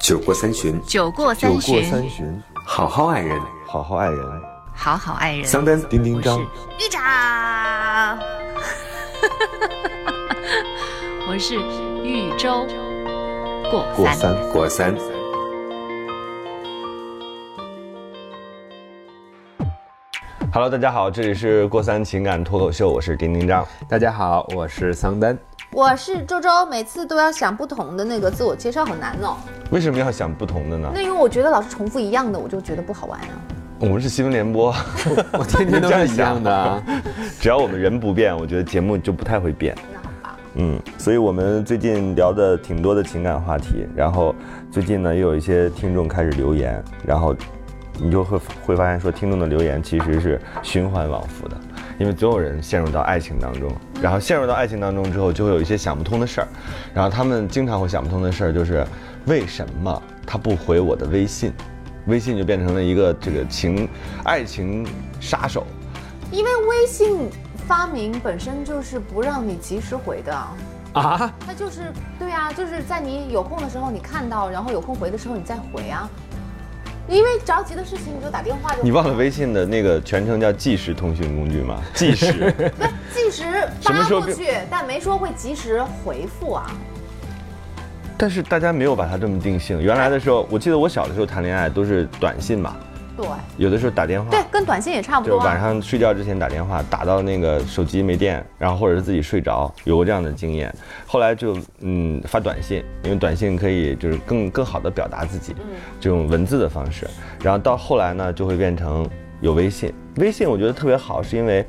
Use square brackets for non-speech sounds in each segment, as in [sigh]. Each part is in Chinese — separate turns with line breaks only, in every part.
酒过三巡，
酒过
酒
三
过
巡，
三巡，
好好爱人。
好好爱人。
好好爱人。
桑丹，
丁丁张，
玉长， [laughs] 我是豫州过
过
三。
三。
果三，
Hello，大家好，这里是过三情感脱口秀，我是丁丁张。
大家好，我是桑丹。
我是周周，哦每次都要想不同的那个自我介绍，好难哦。
为什么要想不同的呢
那？因为我觉得老是重复一样的，我就觉得不好玩啊。
我们是新闻联播，
我天天都是 [laughs] 一样的啊。
只要我们人不变，我觉得节目就不太会变。
那好吧，
嗯，所以我们最近聊的挺多的情感话题，然后最近呢又有一些听众开始留言，然后你就会会发现说，听众的留言其实是循环往复的，因为总有人陷入到爱情当中，然后陷入到爱情当中之后，就会有一些想不通的事儿，然后他们经常会想不通的事儿就是为什么他不回我的微信，微信就变成了一个这个情爱情杀手。
因为微信发明本身就是不让你及时回的，
啊，
它就是对啊，就是在你有空的时候你看到，然后有空回的时候你再回啊。因为着急的事情你就打电话就。
[laughs] 你忘了微信的那个全称叫即时通讯工具吗？即时。
即时
[laughs] 什么
发
时候
过去，但没说会及时回复啊。
但是大家没有把它这么定性。原来的时候，我记得我小的时候谈恋爱都是短信嘛，
对
有的时候打电话，
对，跟短信也差不
就
多、
啊晚
啊。
上睡觉之前打电话，打到那个手机没电，然后或者是自己睡着，有过这样的经验。后来就嗯发短信，因为短信可以就是更更好的表达自己，这种文字的方式。然后到后来呢，就会变成有微信。微信我觉得特别好，是因为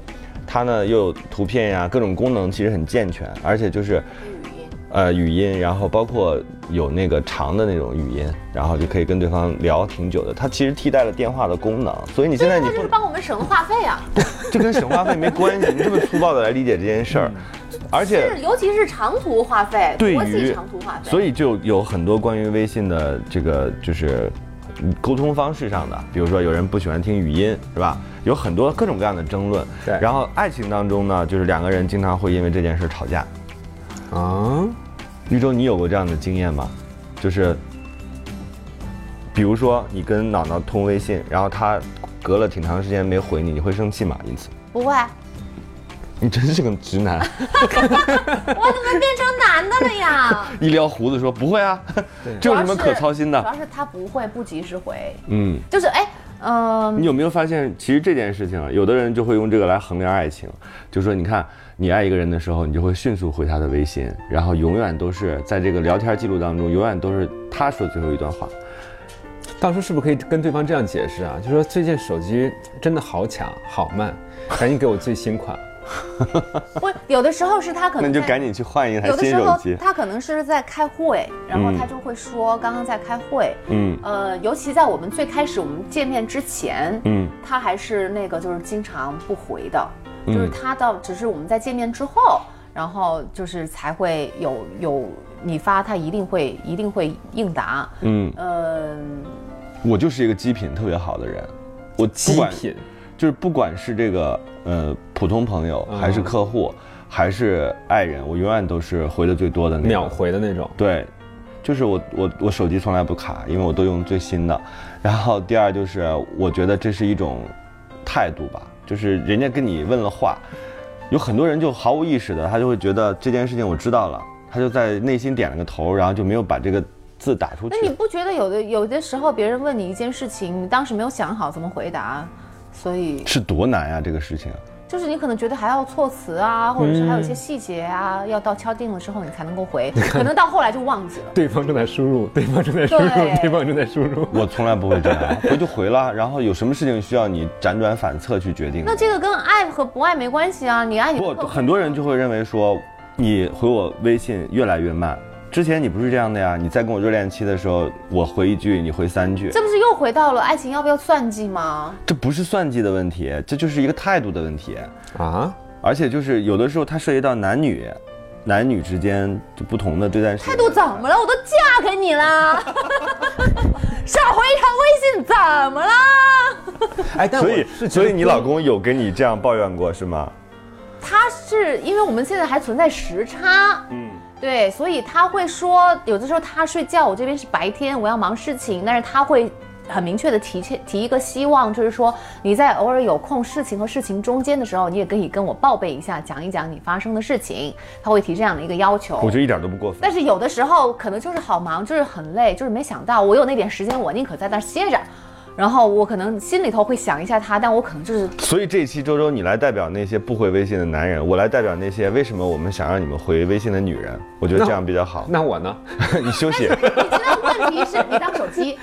它呢又有图片呀、各种功能其实很健全，而且就是
语音
呃语音，然后包括有那个长的那种语音，然后就可以跟对方聊挺久的。它其实替代了电话的功能，所以你现在你
它就
不
是帮我们省了话费啊。
这跟省话费没关系，你这么粗暴的来理解这件事儿，
嗯
而且
是，尤其是长途话费，
对
国际
于
长途话费，
所
以
以就有很多关于微信的这个就是嗯沟通方式上的，比如说有人不喜欢听语音，是吧？有很多各种各样的争论。
对
然后爱情当中呢，就是两个人经常会因为这件事吵架。
啊，
绿洲，你有过这样的经验吗？就是，比如说你跟脑脑通微信，然后他隔了挺长时间没回你，你会生气吗？因此，
不会，
你真是个直男。
我怎么变成男的了
[laughs]
呀？
一撩胡子说不会啊， [laughs] 这有什么可操心
主
的？
要是他不会不及时回，
嗯，
就是哎，嗯、
你有没有发现，其实这件事情啊，有的人就会用这个来衡量爱情，就说你看你爱一个人的时候，你就会迅速回他的微信，然后永远都是在这个聊天记录当中，永远都是他说最后一段话。
到时候是不是可以跟对方这样解释啊？就说最近手机真的好卡，好慢，赶紧给我最新款。
不，有的时候是他可
[laughs] 那
能
你就
在
赶紧去换一台
有的
新
时
手
候
机。
他可能是在开会，然后
嗯
他就会说刚刚在开会，
嗯
呃，尤其在我们最开始我们见面之前，
嗯
他还是那个就是经常不回的，
嗯
就是他到只是我们在见面之后，然后就是才会有有你发他一定会一定会应答，
嗯，
嗯、
我就是一个基品特别好的人，我不
极
管
品，
就是不管是这个呃普通朋友
嗯
还是客户。还是爱人，我永远都是回的最多的那个。
秒回的那种。
对，就是我我我手机从来不卡，因为我都用最新的。然后第二就是我觉得这是一种态度吧，就是人家跟你问了话，有很多人就毫无意识的，他就会觉得这件事情我知道了，他就在内心点了个头，然后就没有把这个字打出去
那。你不觉得有的有的时候别人问你一件事情，你当时没有想好怎么回答，所以
是多难呀、这个事情。
就是你可能觉得还要措辞啊，或者是还
嗯
有一些细节啊，要到敲定了之后你才能够回，可能到后来就忘记了。
对方正在输入，对方正在输入，
对
对方正在输入。
我从来不会这样，回就回了，然后有什么事情需要你辗转反侧去决定的。
那这个跟爱和不爱没关系啊，你爱你
不，
的客户
很多人就会认为说，你回我微信越来越慢。之前你不是这样的呀？你在跟我热恋期的时候，我回一句，你回三句，
这不是又回到了爱情要不要算计吗？
这不是算计的问题，这就是一个态度的问题。
啊，
而且就是有的时候它涉及到男女，男女之间就不同的对待事情
态度怎么了？我都嫁给你啦， [laughs] 少回一条微信怎么了？
哎，但我
所以
是觉
所
得
以你老公有跟你这样抱怨过是吗？
他是因为我们现在还存在时差，
嗯，
对，所以他会说，有的时候他睡觉，我这边是白天，我要忙事情，但是他会很明确的提切提一个希望，就是说你在偶尔有空事情和事情中间的时候，你也可以跟我报备一下，讲一讲你发生的事情，他会提这样的一个要求。
我觉得一点都不过分。
但是有的时候可能就是好忙，就是很累，就是没想到我有那点时间，我宁可在那儿歇着。然后我可能心里头会想一下他，但我可能就是
所以这一期周周你来代表那些不回微信的男人，我来代表那些为什么我们想让你们回微信的女人。我觉得这样比较 [laughs] 好。
那我呢？
你休息。
你知道问题是你当手机，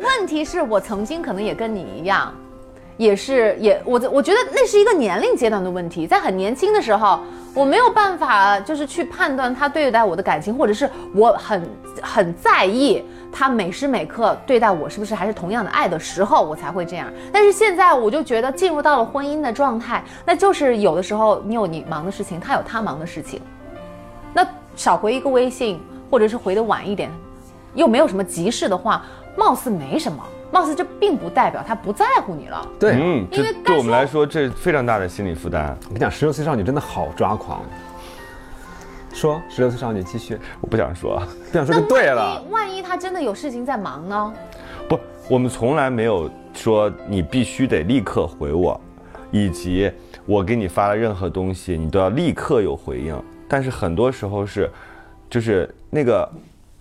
问题是我曾经可能也跟你一样，也是也我我觉得那是一个年龄阶段的问题，在很年轻的时候，我没有办法就是去判断他对待我的感情，或者是我很很在意他每时每刻对待我是不是还是同样的爱的时候，我才会这样。但是现在我就觉得进入到了婚姻的状态，那就是有的时候你有你忙的事情，他有他忙的事情。那少回一个微信，或者是回的晚一点，又没有什么急事的话，貌似没什么，貌似这并不代表他不在乎你了。
对，
嗯，
因为
这
该
对我们
说
来说这是非常大的心理负担。
我跟你讲，十六岁少女真的好抓狂。说十六岁少女继续，
我不想说，
不想说就对了。
万一万一他真的有事情在忙呢？
不，我们从来没有说你必须得立刻回我，以及我给你发了任何东西，你都要立刻有回应。但是很多时候是，就是那个。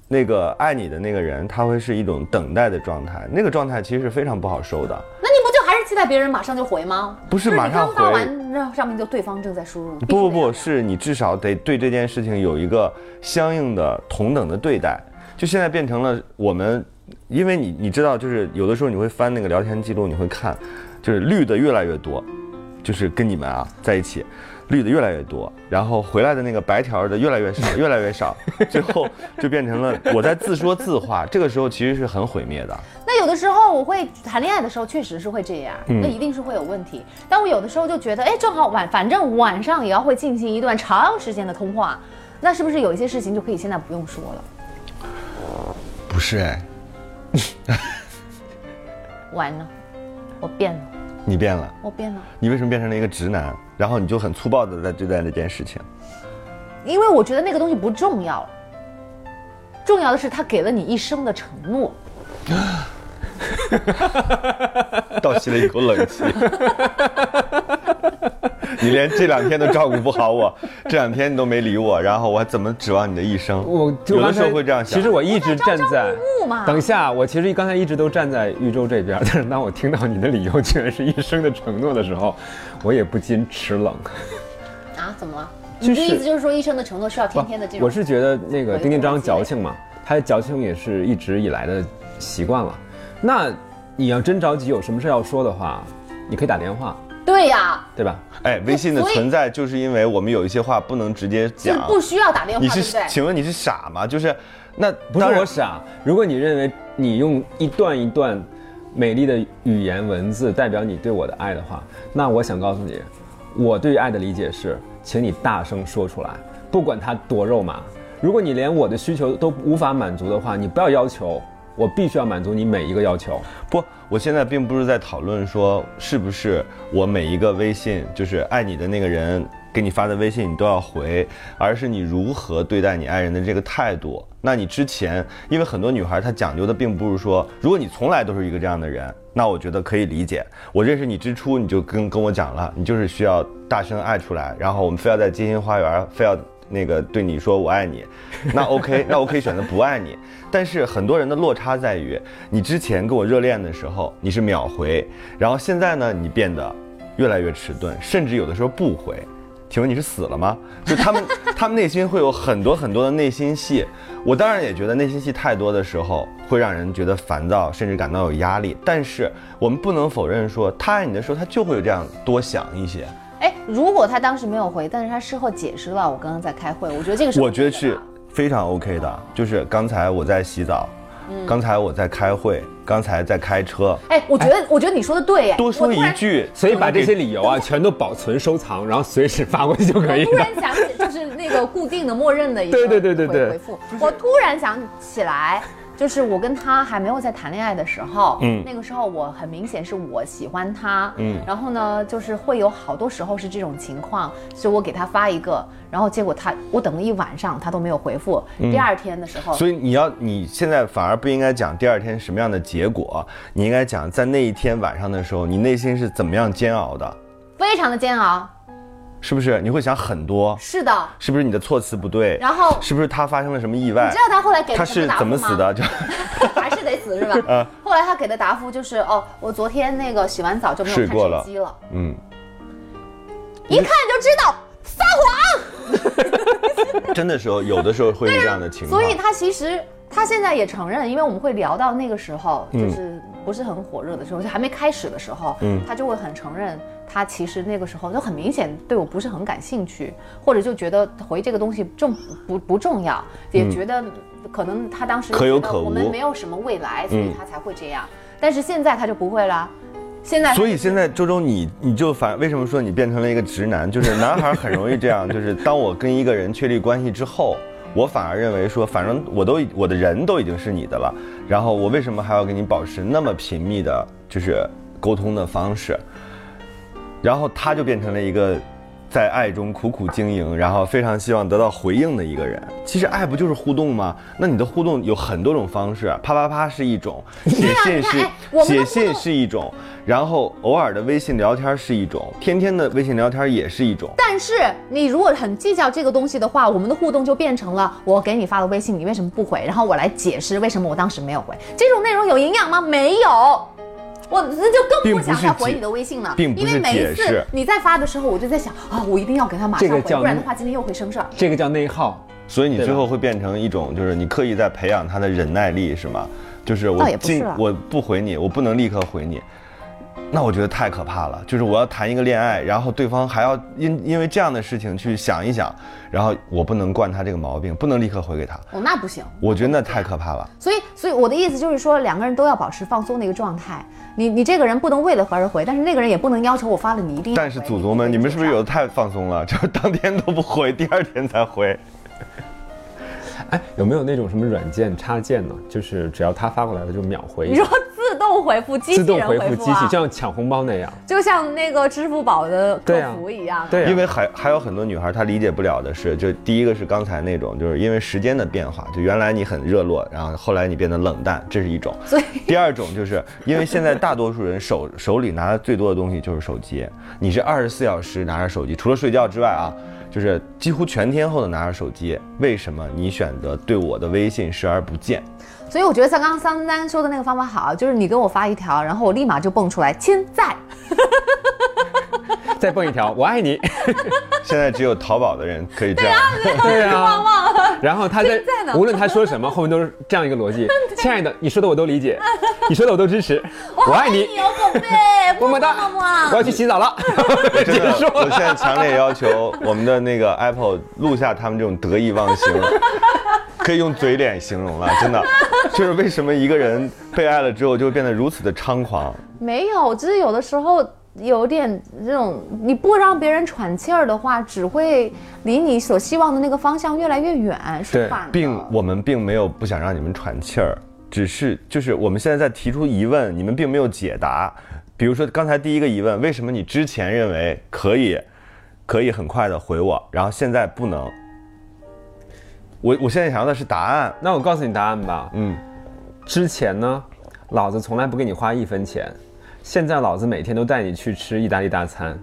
那个爱你的那个人，他会是一种等待的状态，那个状态其实是非常不好受的。
那你不就还是期待别人马上就回吗？
不是
就
马上
你刚发
回
完，那上面就对方正在输入。
不不
必须得
不，是你至少得对这件事情有一个相应的同等的对待。就现在变成了我们，因为你你知道，就是有的时候你会翻那个聊天记录，你会看，就是绿的越来越多，就是跟你们啊在一起，绿的越来越多，然后回来的那个白条的越来越少，越来越少，最后就变成了我在自说自话。这个时候其实是很毁灭的。
那有的时候我会谈恋爱的时候确实是会这样，
嗯
那一定是会有问题。但我有的时候就觉得，哎，正好晚，反正晚上也要会进行一段长时间的通话，那是不是有一些事情就可以现在不用说了？
不是哎，
完了，我变了，
你变了，
我变了，
你为什么变成了一个直男？然后你就很粗暴的在对待这件事情。
因为我觉得那个东西不重要，重要的是他给了你一生的承诺。
倒吸了一口冷气。 [laughs] 你连这两天都照顾不好我，这两天你都没理我，然后我还怎么指望你的一生？
我就
有的
刚
时候
才
会这样想。
其实我一直站在
木嘛
等一下，我其实刚才一直都站在宇宙这边，但是当我听到你的理由竟然是一生的承诺的时候，我也不禁迟冷。
啊，怎么了？
就
你的意
是
思就是说，一生的承诺是要天天的这种？
我是觉得那个
回
丁丁
顾
张
积
矫
累
情嘛，他矫情也是一直以来的习惯了。那你要真着急，有什么事要说的话，你可以打电话，
对呀、
对吧？
哎，微信的
所以
存在就是因为我们有一些话不能直接
就
讲。
不需要打电话，
你
对不
是
对？
请问你是傻吗？就是那
不是
当然
我傻，如果你认为你用一段一段美丽的语言文字代表你对我的爱的话，那我想告诉你，我对于爱的理解是，请你大声说出来，不管它多肉麻。如果你连我的需求都无法满足的话，你不要要求我必须要满足你每一个要 [laughs] 求。
不，我现在并不是在讨论说是不是我每一个微信，就是爱你的那个人给你发的微信你都要回，而是你如何对待你爱人的这个态度。那你之前，因为很多女孩她讲究的并不是说，如果你从来都是一个这样的人，那我觉得可以理解。我认识你之初，你就跟跟我讲了，你就是需要大声爱出来，然后我们非要在金星花园，非要那个对你说我爱你，那 OK，那我可以选择不爱你。但是很多人的落差在于，你之前跟我热恋的时候你是秒回，然后现在呢你变得越来越迟钝，甚至有的时候不回。请问你是死了吗？ [laughs] 就他们，他们内心会有很多很多的内心戏。我当然也觉得内心戏太多的时候会让人觉得烦躁，甚至感到有压力。但是我们不能否认说，他爱你的时候，他就会有这样多想一些。
哎，如果他当时没有回，但是他事后解释了，我刚刚在开会，我觉得这个是
我觉得
OK 的
是非常 OK 的。就是刚才我在洗澡，刚才我在开会，刚才在开车，
哎，我觉得、我觉得你说的对，哎，
多说
我突
一
然。
句，
所以把
能给
这些理由啊，全都保存收藏，然后随时发过去就可以
我突
[laughs] 了。
然想起，就是那个固定的默认的一个
对对对对
回
对
回复。我突然想起来，就是我跟他还没有在谈恋爱的时候，
嗯
那个时候我很明显是我喜欢他，
嗯
然后呢，就是会有好多时候是这种情况，所以我给他发一个，然后结果他我等了一晚上他都没有回复，第二天的时候，
所以你要，你现在反而不应该讲第二天什么样的结果，你应该讲在那一天晚上的时候，你内心是怎么样煎熬的，
非常的煎熬，
是不是？你会想很多，
是的。 [laughs]
是不是你的措辞不对？
然后
是不是他发生了什么意
你
外
知？道他后来给
他
了什
是
么答
怎
复
么
吗？
死的？就
还是得死是吧？后来他给的答复就是，哦，我昨天那个洗完澡就没有
睡
看
过
手
了
机了，
嗯，
一看就知道撒谎。
真的时候，有的时候会是这样的情况。
所以他其实他现在也承认，因为我们会聊到那个时候，就是不是很火热的时候，就还没开始的时候，
嗯
他就会很承认，他其实那个时候就很明显对我不是很感兴趣，或者就觉得回这个东西重不不重要，也觉得可能他当
嗯
时
可有
觉得
可
我们
无
没有什么未来，所以
嗯
他才会这样。但是现在他就不会了，现在他
所以现在周周你你就反为什么说你变成了一个直男？就是男孩很容易这样，就是当我跟一个人确立关系之后，我反而认为说，反正我都已我的人都已经是你的了，然后我为什么还要跟你保持那么频密的，就是沟通的方式？然后他就变成了一个在爱中苦苦经营，然后非常希望得到回应的一个人。其实爱不就是互动吗？那你的互动有很多种方式，啪啪啪是一种，写信是、
[laughs] 你看哎我们的互
写信
动
是一种，然后偶尔的微信聊天是一种，天天的微信聊天也是一种。
但是你如果很计较这个东西的话，我们的互动就变成了我给你发了微信，你为什么不回？然后我来解释为什么我当时没有回。这种内容有营养吗？没有。我那就更
并
不
不
想
是
再回
解
你的微信了，
并不
因为
是
每
解
一
释
次你再发的时候，我就在想啊，我一定要给他马上
这个
回，
叫
不然的话今天又会生事儿。
这个叫内耗。
所以你
对吧
最后会变成一种，就是你刻意在培养他的忍耐力，是吗？就是我
倒也不是
今
啊
我不回你，我不能立刻回你，那我觉得太可怕了。就是我要谈一个恋爱，然后对方还要因因为这样的事情去想一想，然后我不能惯他这个毛病，不能立刻回给他，
哦，那不行。
我觉得那太可怕了。
所以，所以我的意思就是说，两个人都要保持放松的一个状态。你你这个人不能为了而回，但是那个人也不能要求我发了你一定要回。
但是祖宗们，你们是不是有的太放松了？就是当天都不回，第二天才回。
哎，有没有那种什么软件插件呢？就是只要他发过来的就秒回
你，说自动回复机器
自
人
动
回
回
复、啊、
复机器，就像抢红包那样。
就像那个支付宝的客
对啊
服一样。
对啊
因为还还有很多女孩她理解不了的是，就第一个是刚才那种，就是因为时间的变化，就原来你很热络，然后后来你变得冷淡，这是一种。
所以
第二种就是因为现在大多数人手手里拿的最多的东西就是手机，你是二十四小时拿着手机，除了睡觉之外啊，就是几乎全天候的拿着手机。为什么你选择对我的微信视而不见？
所以我觉得像刚刚桑丹说的那个方法好，就是你给我发一条，然后我立马就蹦出来亲在。
再蹦一条，我
[laughs]
爱你。
现在只有淘宝的人可以这样。
对啊，然后他在
在呢
无论他说什么，后面都是这样一个逻
[laughs]
辑。亲爱的，你说的我都理解，你说的我都支持，我爱哎你，
有宝 [laughs] 贝，
么么哒
么么，
我要去洗澡
[laughs]
了。
真的，我现在强烈要求我们的那个 Apple 录下他们这种得意忘形，可以用嘴脸形容了，真的。就是为什么一个人被爱了之后就会变得如此的猖狂？
没有，只是有的时候有点这种，你不让别人喘气儿的话，只会离你所希望的那个方向越来越远，是
对
反的。
并我们并没有不想让你们喘气儿，只是就是我们现在在提出疑问，你们并没有解答。比如说刚才第一个疑问，为什么你之前认为可以，可以很快的回我，然后现在不能？我我现在想要的是答案。
那我告诉你答案吧。
嗯，
之前呢，老子从来不给你花一分钱，现在老子每天都带你去吃意大利大餐。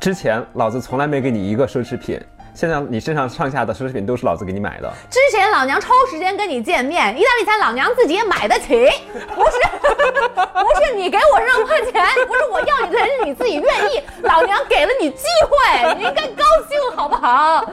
之前老子从来没给你一个奢侈品，现在你身上上下的奢侈品都是老子给你买的。
之前老娘抽时间跟你见面，意大利餐老娘自己也买得起，不是 [laughs] 不是你给我任何钱，不是我要你的，是你自己愿意，老娘给了你机会，你应该高兴好不好？
[laughs]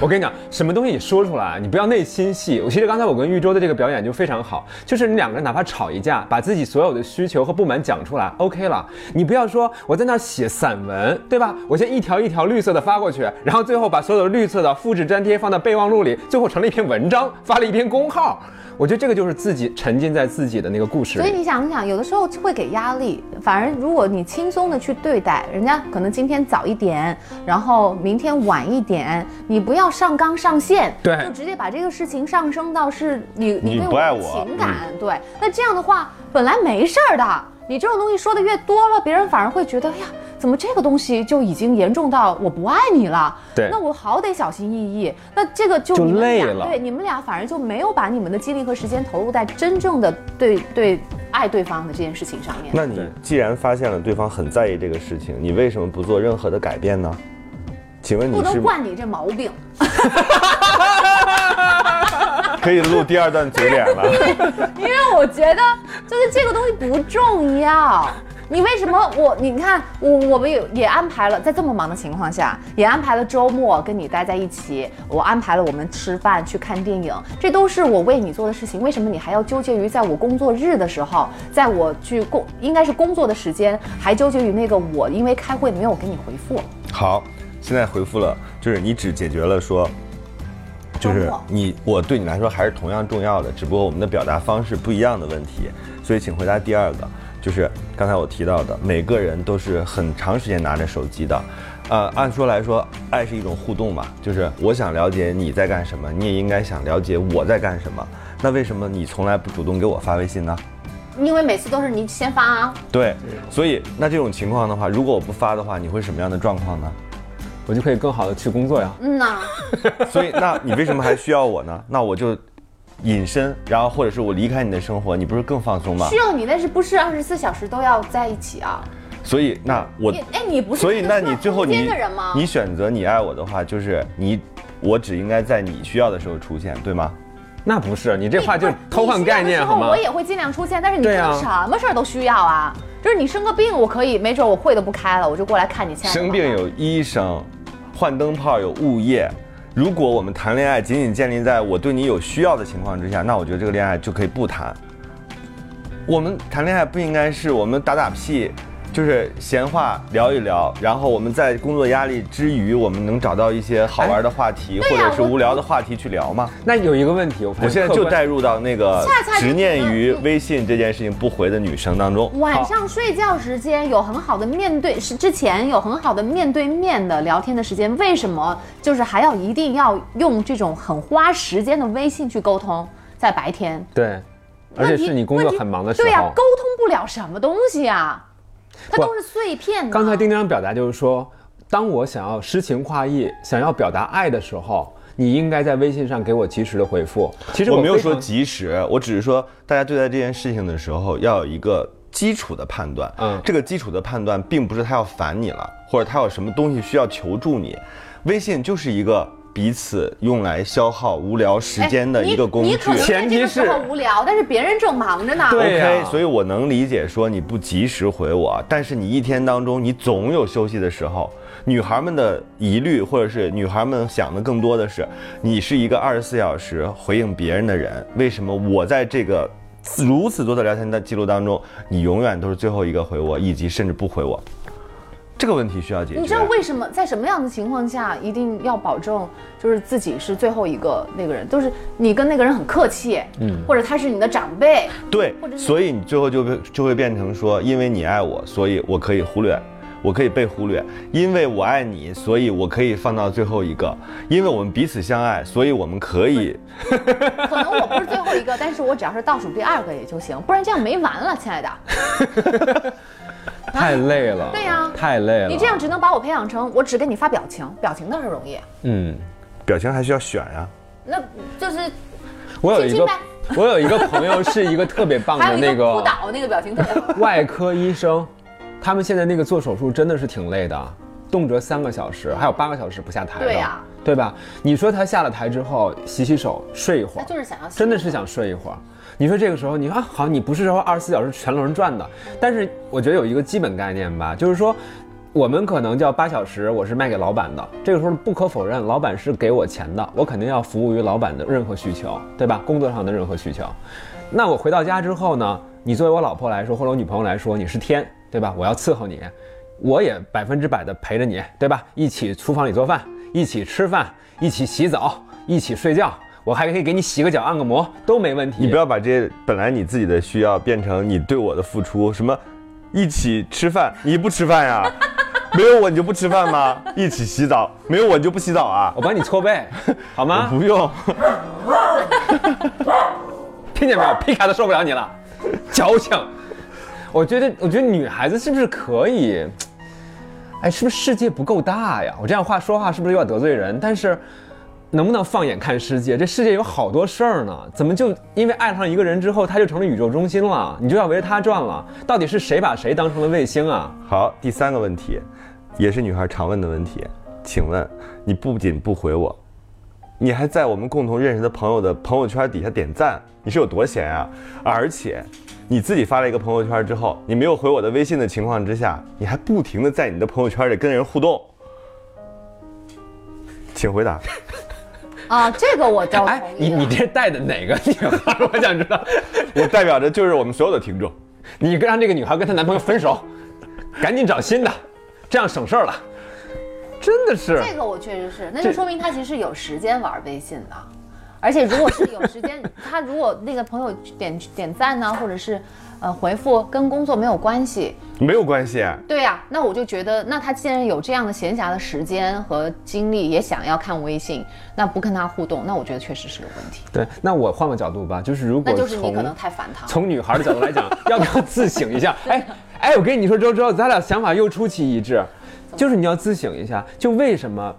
我跟你讲，什么东西你说出来，你不要内心戏。我其实刚才我跟玉州的这个表演就非常好，就是你两个人哪怕吵一架，把自己所有的需求和不满讲出来，OK 了。你不要说我在那儿写散文，对吧？我先一条一条绿色的发过去，然后最后把所有的绿色的复制粘贴放到备忘录里，最后成了一篇文章，发了一篇公号。我觉得这个就是自己沉浸在自己的那个故事
所以
里。
你想想，有的时候会给压力，反而如果你轻松的去对待，人家可能今天早一点，然后明天晚一点，你不要上纲上线，
对
就直接把这个事情上升到是你
哎你
对
不
我
爱
的
我嗯
情感，对，那这样的话本来没事儿的，你这种东西说的越多了，别人反而会觉得，哎呀，怎么这个东西就已经严重到我不爱你了？
对
那我好得小心翼翼，那这个就
就
你们
累
俩
了
对，你们俩反而就没有把你们的精力和时间投入在真正的对对爱对方的这件事情上面。
那你既然发现了对方很在意这个事情，你为什么不做任何的改变呢？请问你
不
是
能惯你这毛病，
可以录第二段嘴脸了？
因为我觉得就是这个东西不重要。你为什么我？你看我，我们也也安排了，在这么忙的情况下，也安排了周末跟你待在一起，我安排了我们吃饭、去看电影，这都是我为你做的事情。为什么你还要纠结于在我工作日的时候，在我去工应该是工作的时间，还纠结于那个我因为开会没有给你回复？
好，现在回复了，就是你只解决了说，就是
周末
你我对你来说还是同样重要的，只不过我们的表达方式不一样的问题。所以请回答第二个，就是刚才我提到的，每个人都是很长时间拿着手机的。呃，按说来说，爱是一种互动嘛，就是我想了解你在干什么，你也应该想了解我在干什么。那为什么你从来不主动给我发微信呢？
因为每次都是你先发啊，
对，所以那这种情况的话，如果我不发的话，你会什么样的状况呢？
我就可以更好的去工作呀。
嗯呐、
所以，那你为什么还需要我呢？ [laughs] 那我就隐身，然后或者是我离开你的生活，你不是更放松吗
需？要你，但是不是二十四小时都要在一起啊？
所以，那我
你，哎，你不是
呃所以那你最后
一
你
个需要空间的人吗？
你选择你爱我的话，就是你，我只应该在你需要的时候出现，对吗？
那不是你这话就
不是
偷换概
你需要的时
念
候
好吗
我？也会尽量出现，但是你不
对啊
能什么事儿都需要啊。就是你生个病，我可以，没准我会都不开了，我就过来看你。亲爱的
生病有医生，换灯泡有物业。如果我们谈恋爱仅仅建立在我对你有需要的情况之下，那我觉得这个恋爱就可以不谈。我们谈恋爱不应该是我们打打屁，就是闲话聊一聊，然后我们在工作压力之余，我们能找到一些好玩的话题、
对
或
呀
者是
我
无聊的话题去聊吗？
那有一个问题，我发现
我现在
客
就
观
带入到那个
恰恰就
执念
是
于
嗯
微信这件事情不回的女生当中。
晚上睡觉时间有很好的面对，是之前有很好的面对面的聊天的时间，为什么就是还要一定要用这种很花时间的微信去沟通？在白天，
对，而且
问题
是你工作很忙的时候。
对呀、沟通不了什么东西啊，它
不
都是碎片嘛。
刚才丁丁表达就是说，当我想要诗情画意、想要表达爱的时候，你应该在微信上给我及时的回复。其实
我没有
非常
说及时，我只是说大家对待这件事情的时候要有一个基础的判断。
嗯
这个基础的判断并不是他要烦你了，或者他有什么东西需要求助你。微信就是一个彼此用来消耗无聊
哎
时间的一个工具
哎。你你可能在
前提
这个时候
是
无聊，但是别人正忙着呢。
对
OK，
呀
所以我能理解说你不及时回我，但是你一天当中你总有休息的时候。女孩们的疑虑或者是女孩们想的更多的是，你是一个二十四小时回应别人的人，为什么我在这个如此多的聊天的记录当中，你永远都是最后一个回我，以及甚至不回我？这个问题需要解决。
你知道为什么在什么样的情况下一定要保证就是自己是最后一个那个人？就是你跟那个人很客气，嗯，或者他是你的长辈，
对
或者，是
所以你最后就被就会变成说，因为你爱我，所以我可以忽略，我可以被忽略；因为我爱你，所以我可以放到最后一个；因为我们彼此相爱，所以我们可以。
可能我不是最后一个，但是我只要是倒数第二个也就行，不然这样没完了，亲爱的。
太累了，
啊对呀
太累了。
你这样，只能把我培养成我只给你发表情，表情倒是容易，
嗯，
表情还需要选啊呀、
那就是
我有一
亲亲
个
呗，
我有一个朋友是一个特别棒
还有
的
一
那
个扑
个
倒那个表情特别好。
外科医生，他们现在那个做手术真的是挺累的，动辄三个小时，还有八个小时不下台的，
对呀
对吧？你说他下了台之后洗洗手，睡一会
那
儿，
就是想要洗
真的是想睡一会儿。你说这个时候，你说啊好，你不是说二十四小时全轮转的，但是我觉得有一个基本概念吧，就是说，我们可能叫八小时，我是卖给老板的。这个时候不可否认，老板是给我钱的，我肯定要服务于老板的任何需求，对吧？工作上的任何需求。那我回到家之后呢？你作为我老婆来说，或者我女朋友来说，你是天，对吧？我要伺候你，我也百分之百的陪着你，对吧？一起厨房里做饭，一起吃饭，一起洗澡，一起睡觉，我还可以给你洗个脚、按个摩，都没问题。
你不要把这些本来你自己的需要变成你对我的付出，什么一起吃饭，你不吃饭
[laughs]
呀？没有我你就不吃饭吗？一起洗澡，没有我你就不洗澡啊
我？帮你搓
[laughs]
背，好吗？
不用，
听见没有？皮卡都受不了你了，矫情。我觉得，我觉得女孩子是不是可以？哎，是不是世界不够大呀？我这样话说话是不是有点得罪人？但是，能不能放眼看世界？这世界有好多事儿呢，怎么就因为爱上一个人之后，他就成了宇宙中心了？你就要围着他转了？到底是谁把谁当成了卫星啊？
好，第三个问题，也是女孩常问的问题，请问你不仅不回我，你还在我们共同认识的朋友的朋友圈底下点赞，你是有多闲啊？而且你自己发了一个朋友圈之后，你没有回我的微信的情况之下，你还不停的在你的朋友圈里跟人互动，请回答。
啊，这个我倒
哎
同，
你
意了。
你这带的哪个女孩？ [laughs] 我想知道。
我代表着就是我们所有的听众，
你让这个女孩跟她男朋友分手，赶紧找新的，这样省事儿了。真的是，
这个我确实是，那
这
就说明他其实是有时间玩微信的，而且如果是有时间，他如果那个朋友点点赞呢、或者是呃回复跟工作没有关系，
没有关系。啊
对呀、那我就觉得，那他既然有这样的闲暇的时间和精力，也想要看微信，那不跟他互动，那我觉得确实是个问题，
对，那我换个角度吧，就是如果
那就
从
是你可能太烦他了。
从女孩的角度来讲，要不要自省
[laughs]
一下？哎哎，我跟你说，周周，咱俩想法又出奇一致，就是你要自省一下，就为什么？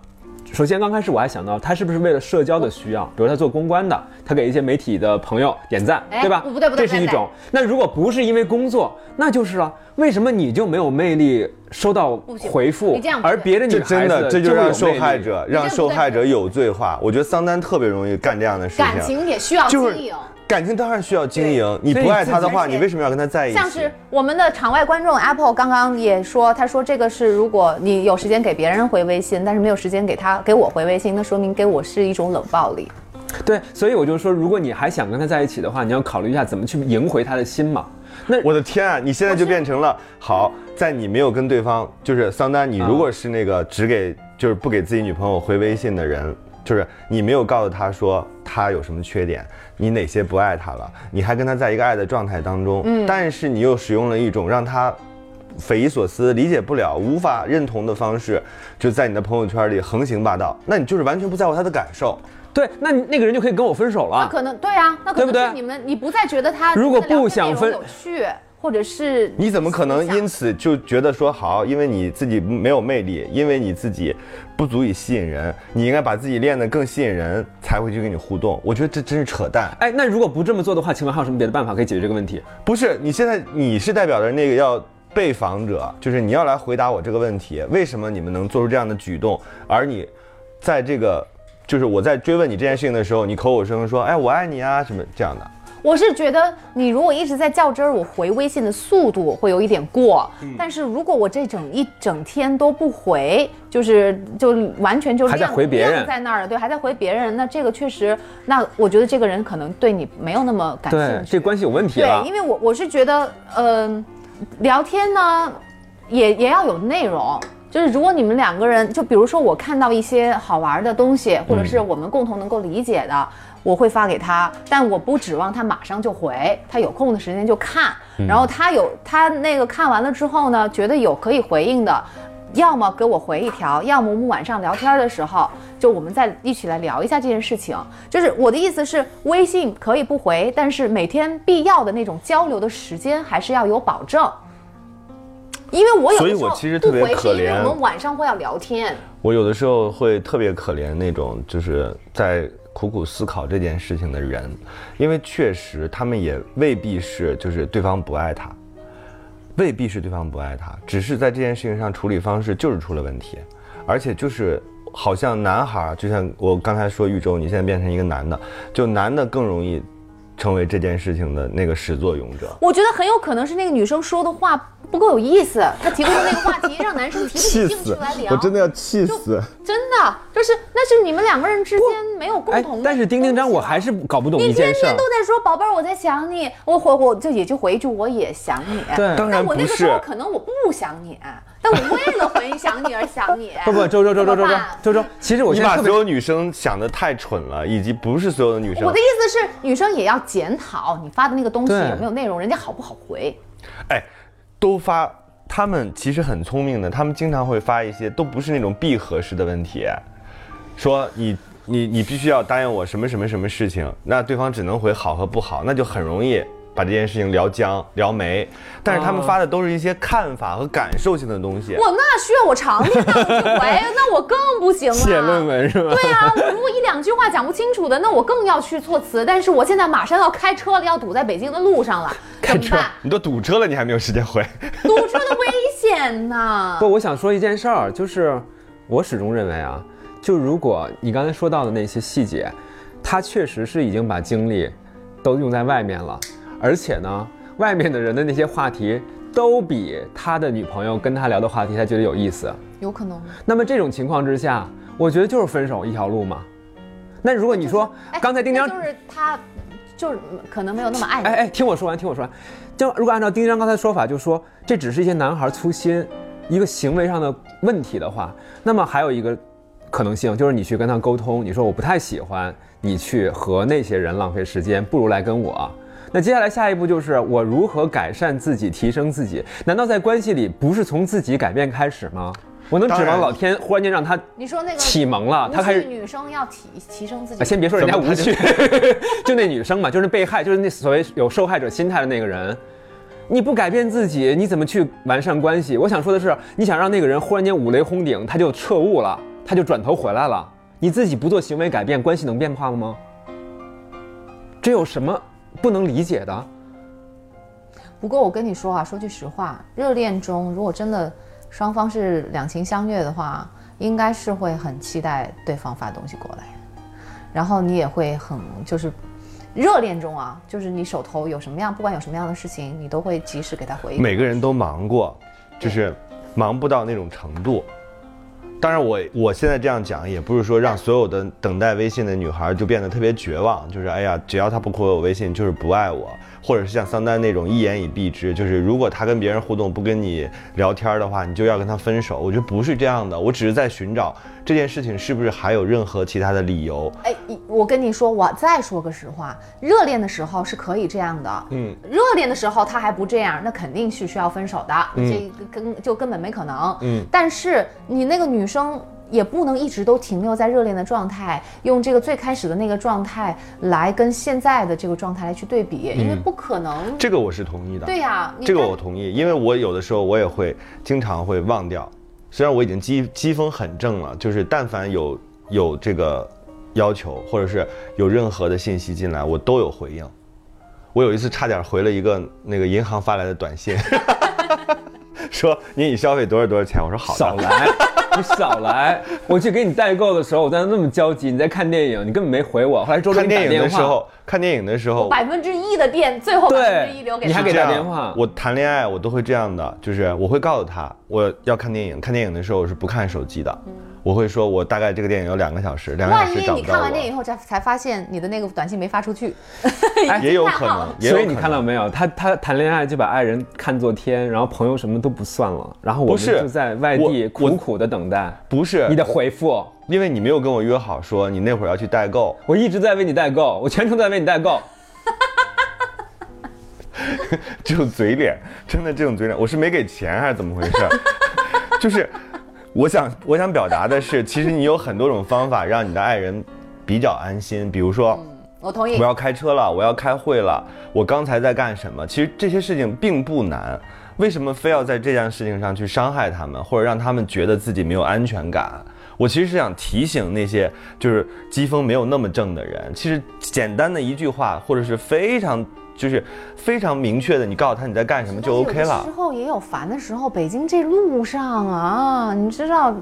首先，刚开始我还想到，他是不是为了社交的需要，比如他做公关的，他给一些媒体的朋友点赞，
哎
对吧？
不对不对
这是
不
一
对
种。那如果不是因为工作，那就是了。为什么你就没有魅力收到
行
回复
你这样，不
而
对
别的女
这
孩子
真的，这就
有
让
魅
受害
力
者
这
让
不
受
对
害者有罪化。我觉得桑丹特别容易干这样的事情。啊
感情也需要经
就是
营。
感情当然需要经营，你
所以
不爱
自
他的
己
话，
而且
你为什么要跟他在一起？
像是我们的场外观众 Apple 刚刚也说，他说这个是如果你有时间给别人回微信，但是没有时间给他给我回微信，那说明给我是一种冷暴力。
对，所以我就说，如果你还想跟他在一起的话，你要考虑一下怎么去赢回他的心嘛。那
我的天啊！你现在就变成了好，在你没有跟对方，就是桑丹，你如果是那个只给就是不给自己女朋友回微信的人，就是你没有告诉她说她有什么缺点，你哪些不爱她了，你还跟她在一个爱的状态当中，
嗯
但是你又使用了一种让她匪夷所思、理解不了、无法认同的方式，就在你的朋友圈里横行霸道，那你就是完全不在乎她的感受。
对，那你那个人就可以跟我分手
那
了。
可能对啊，那可
对不对
能是你们你不再觉得他
如果
跟他聊
不
天内
想
容
分
有趣，或者是
你怎么可能因
想
此就觉得说好？因为你自己没有魅力，因为你自己不足以吸引人，你应该把自己练得更吸引人，才会去跟你互动。我觉得这真是扯淡。
哎，那如果不这么做的话，请问还有什么别的办法可以解决这个问题？
不是，你现在你是代表着那个要被访者，就是你要来回答我这个问题：为什么你们能做出这样的举动？而你在这个就是我在追问你这件事情的时候，你口口声声说“哎，我爱你啊”什么这样的。
我是觉得你如果一直在较真儿，我回微信的速度会有一点过。
嗯
但是如果我这整一整天都不回，就是就完全就
还在
晾
回别人
晾在那儿了，对，还在回别人，那这个确实，那我觉得这个人可能对你没有那么感
对
兴，趣。
这关系有问题
对，
了
因。为我我是觉得，嗯、聊天呢，也也要有内容。就是如果你们两个人，就比如说我看到一些好玩的东西，或者是我们共同能够理解的，我会发给他，但我不指望他马上就回，他有空的时间就看。然后他有他那个看完了之后呢，觉得有可以回应的，要么给我回一条，要么我们晚上聊天的时候，就我们再一起来聊一下这件事情。就是我的意思是，微信可以不回，但是每天必要的那种交流的时间还是要有保证。因为我有的时候
所以我其实
不
特别
回
可
是因为
怜
我们晚上会要聊天，
我有的时候会特别可怜那种，就是在苦苦思考这件事情的人，因为确实他们也未必是就是对方不爱他，未必是对方不爱他，只是在这件事情上处理方式就是出了问题，而且就是好像男孩儿，就像我刚才说玉州，你现在变成一个男的，就男的更容易成为这件事情的那个始作俑者。
我觉得很有可能是那个女生说的话不够有意思，她提供的那个话题让男生提不
气
起兴趣
死
来！聊。
我真的要气死！
真的就是那是你们两个人之间没有共
哎
同的东西了。，啊
但是丁丁章我还是搞不懂
你
一
天
件事
天
儿
都，在说宝贝儿，我在想你，我回我就也就回一句我也想你。
对。
当
但
然
我那
不
个时
是
候，可能我不想你，但我为了回想你而想你
[laughs] 不不，周周周
啊
周
怎
周
么
周
办
周周，其实我
你
现在
把
特
所
别
有女生想的太蠢了，以及不是所有的女生
我的。意思是，女生也要检讨你发的那个东西
对
有没有内容，人家好不好回。
哎，都发，他们其实很聪明的，他们经常会发一些都不是那种闭合式的问题，说你你你必须要答应我什么什么什么事情，那对方只能回好和不好，那就很容易。把这件事情聊僵聊没，但是他们发的都是一些看法和感受性的东西。
我那需要我长篇大论去回，那我更不
[laughs]
行了。啊
写论文是吧？
对啊，我如果一两句话讲不清楚的，那我更要去措辞。但是我现在马上要开车了，要堵在北京的路上了，
[laughs]
怎么办？
你都堵车了，你还没有时间回，
堵车的危险呐！
不，我想说一件事儿，就是我始终认为啊，就如果你刚才说到的那些细节，他确实是已经把精力都用在外面了，而且呢，外面的人的那些话题都比他的女朋友跟他聊的话题他觉得有意思。
[laughs] 有可能。
那么这种情况之下，我觉得就是分手一条路嘛。那如果你说
哎
刚才丁
那
丁
就是他，就是可能没有那么爱你。
哎哎，听我说完，听我说完。就如果按照丁丁章刚才的说法，就说这只是一些男孩粗心，一个行为上的问题的话，那么还有一个可能性就是你去跟他沟通，你说我不太喜欢你去和那些人浪费时间，不如来跟我。那接下来下一步就是我如何改善自己，提升自己？难道在关系里不是从自己改变开始吗？我能指
当然
望老天忽然间让他
你说那个
启蒙了，他
无
开
趣
始
女生要提提升自
啊，
己。
先别说人家无趣， [laughs] 就那女生嘛，就是被害，就是那所谓有受害者心态的那个人。你不改变自己，你怎么去完善关系？我想说的是，你想让那个人忽然间五雷轰顶，他就彻悟了，他就转头回来了。你自己不做行为改变，关系能变化了吗？这有什么不能理解的？
不过我跟你说啊，说句实话，热恋中如果真的双方是两情相悦的话，应该是会很期待对方发东西过来，然后你也会很就是。热恋中啊，就是你手头有什么样，不管有什么样的事情，你都会及时给他回应。
每个人都忙过，就是忙不到那种程度。当然我，我现在这样讲，也不是说让所有的等待微信的女孩就变得特别绝望，就是哎呀，只要她不回我微信，就是不爱我，或者是像桑丹那种一言以蔽之，就是如果她跟别人互动不跟你聊天的话，你就要跟她分手。我觉得不是这样的，我只是在寻找这件事情是不是还有任何其他的理由。
哎，我跟你说，我再说个实话，热恋的时候是可以这样的，
嗯，
热恋的时候他还不这样，那肯定是需要分手的，这个根就根本没可能，
嗯
但是你那个女生。也不能一直都停留在热恋的状态，用这个最开始的那个状态来跟现在的这个状态来去对比，因为不可能。
嗯这个我是同意的。
对呀、你
这个
跟
我同意，因为我有的时候我也会经常会忘掉，虽然我已经机机锋很正了，就是但凡有有这个要求，或者是有任何的信息进来，我都有回应。我有一次差点回了一个那个银行发来的短信， [laughs] 说您已消费多少多少钱，我说好
少
的，
来，你少来！我去给你代购的时候，我在那那么焦急，你在看电影，你根本没回我。后来周周
看
给你打
电影
电
的时
话，
候，看电影的时候，
百分之一的店，最后百分之一
对
留给
你
他
还
是
给
这
他
样
电话
我谈恋爱我都会这样的，就是我会告诉他我要看电影，看电影的时候我是不看手机的，我会说我大概这个电影有两个小时，两个小
万
时
一
找
你
不
看
到
完电影以
我。
后才才发现你的那个短信没发出去，
哎
[laughs]
也有
看
可
到
能
了，
也有
所
可
以
能
你看到没有，他他谈恋爱就把爱人看作天，然后朋友什么都不算了，然后我
不
们
是
就在外地
我
苦苦的等待
不是
你的，回复。
因为你没有跟我约好说你那会儿要去代购， [laughs]
我一直在为你代购，我全程在为你代购。
这种嘴脸，真的这种嘴脸，我是没给钱还是怎么回事？ [laughs] 就是我想我想表达的是，其实你有很多种方法让你的爱人比较安心，比如说。
我同意
我。要开车了，我要开会了，我刚才在干什么？其实这些事情并不难，为什么非要在这件事情上去伤害他们，或者让他们觉得自己没有安全感？我其实是想提醒那些就是机锋没有那么正的人，其实简单的一句话，或者是非常就是非常明确的，你告诉他你在干什么就
但
OK
是有的
了
时。候也有烦的时候，北京这路上啊，你知道，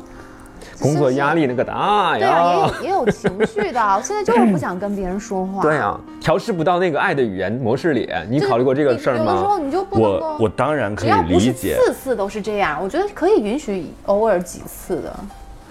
工作压力那个大
对啊，也
呀。
有也有情绪的啊。我现在就是不想跟别人说话。
对呀、啊调试不到那个爱的语言模式里，你
就是
考虑过这个事儿
有的时候
吗？
你就不能
我
够
我，当然可
只
以
要不
理
是
解
次次都是这样，我觉得可以允许偶尔几次的。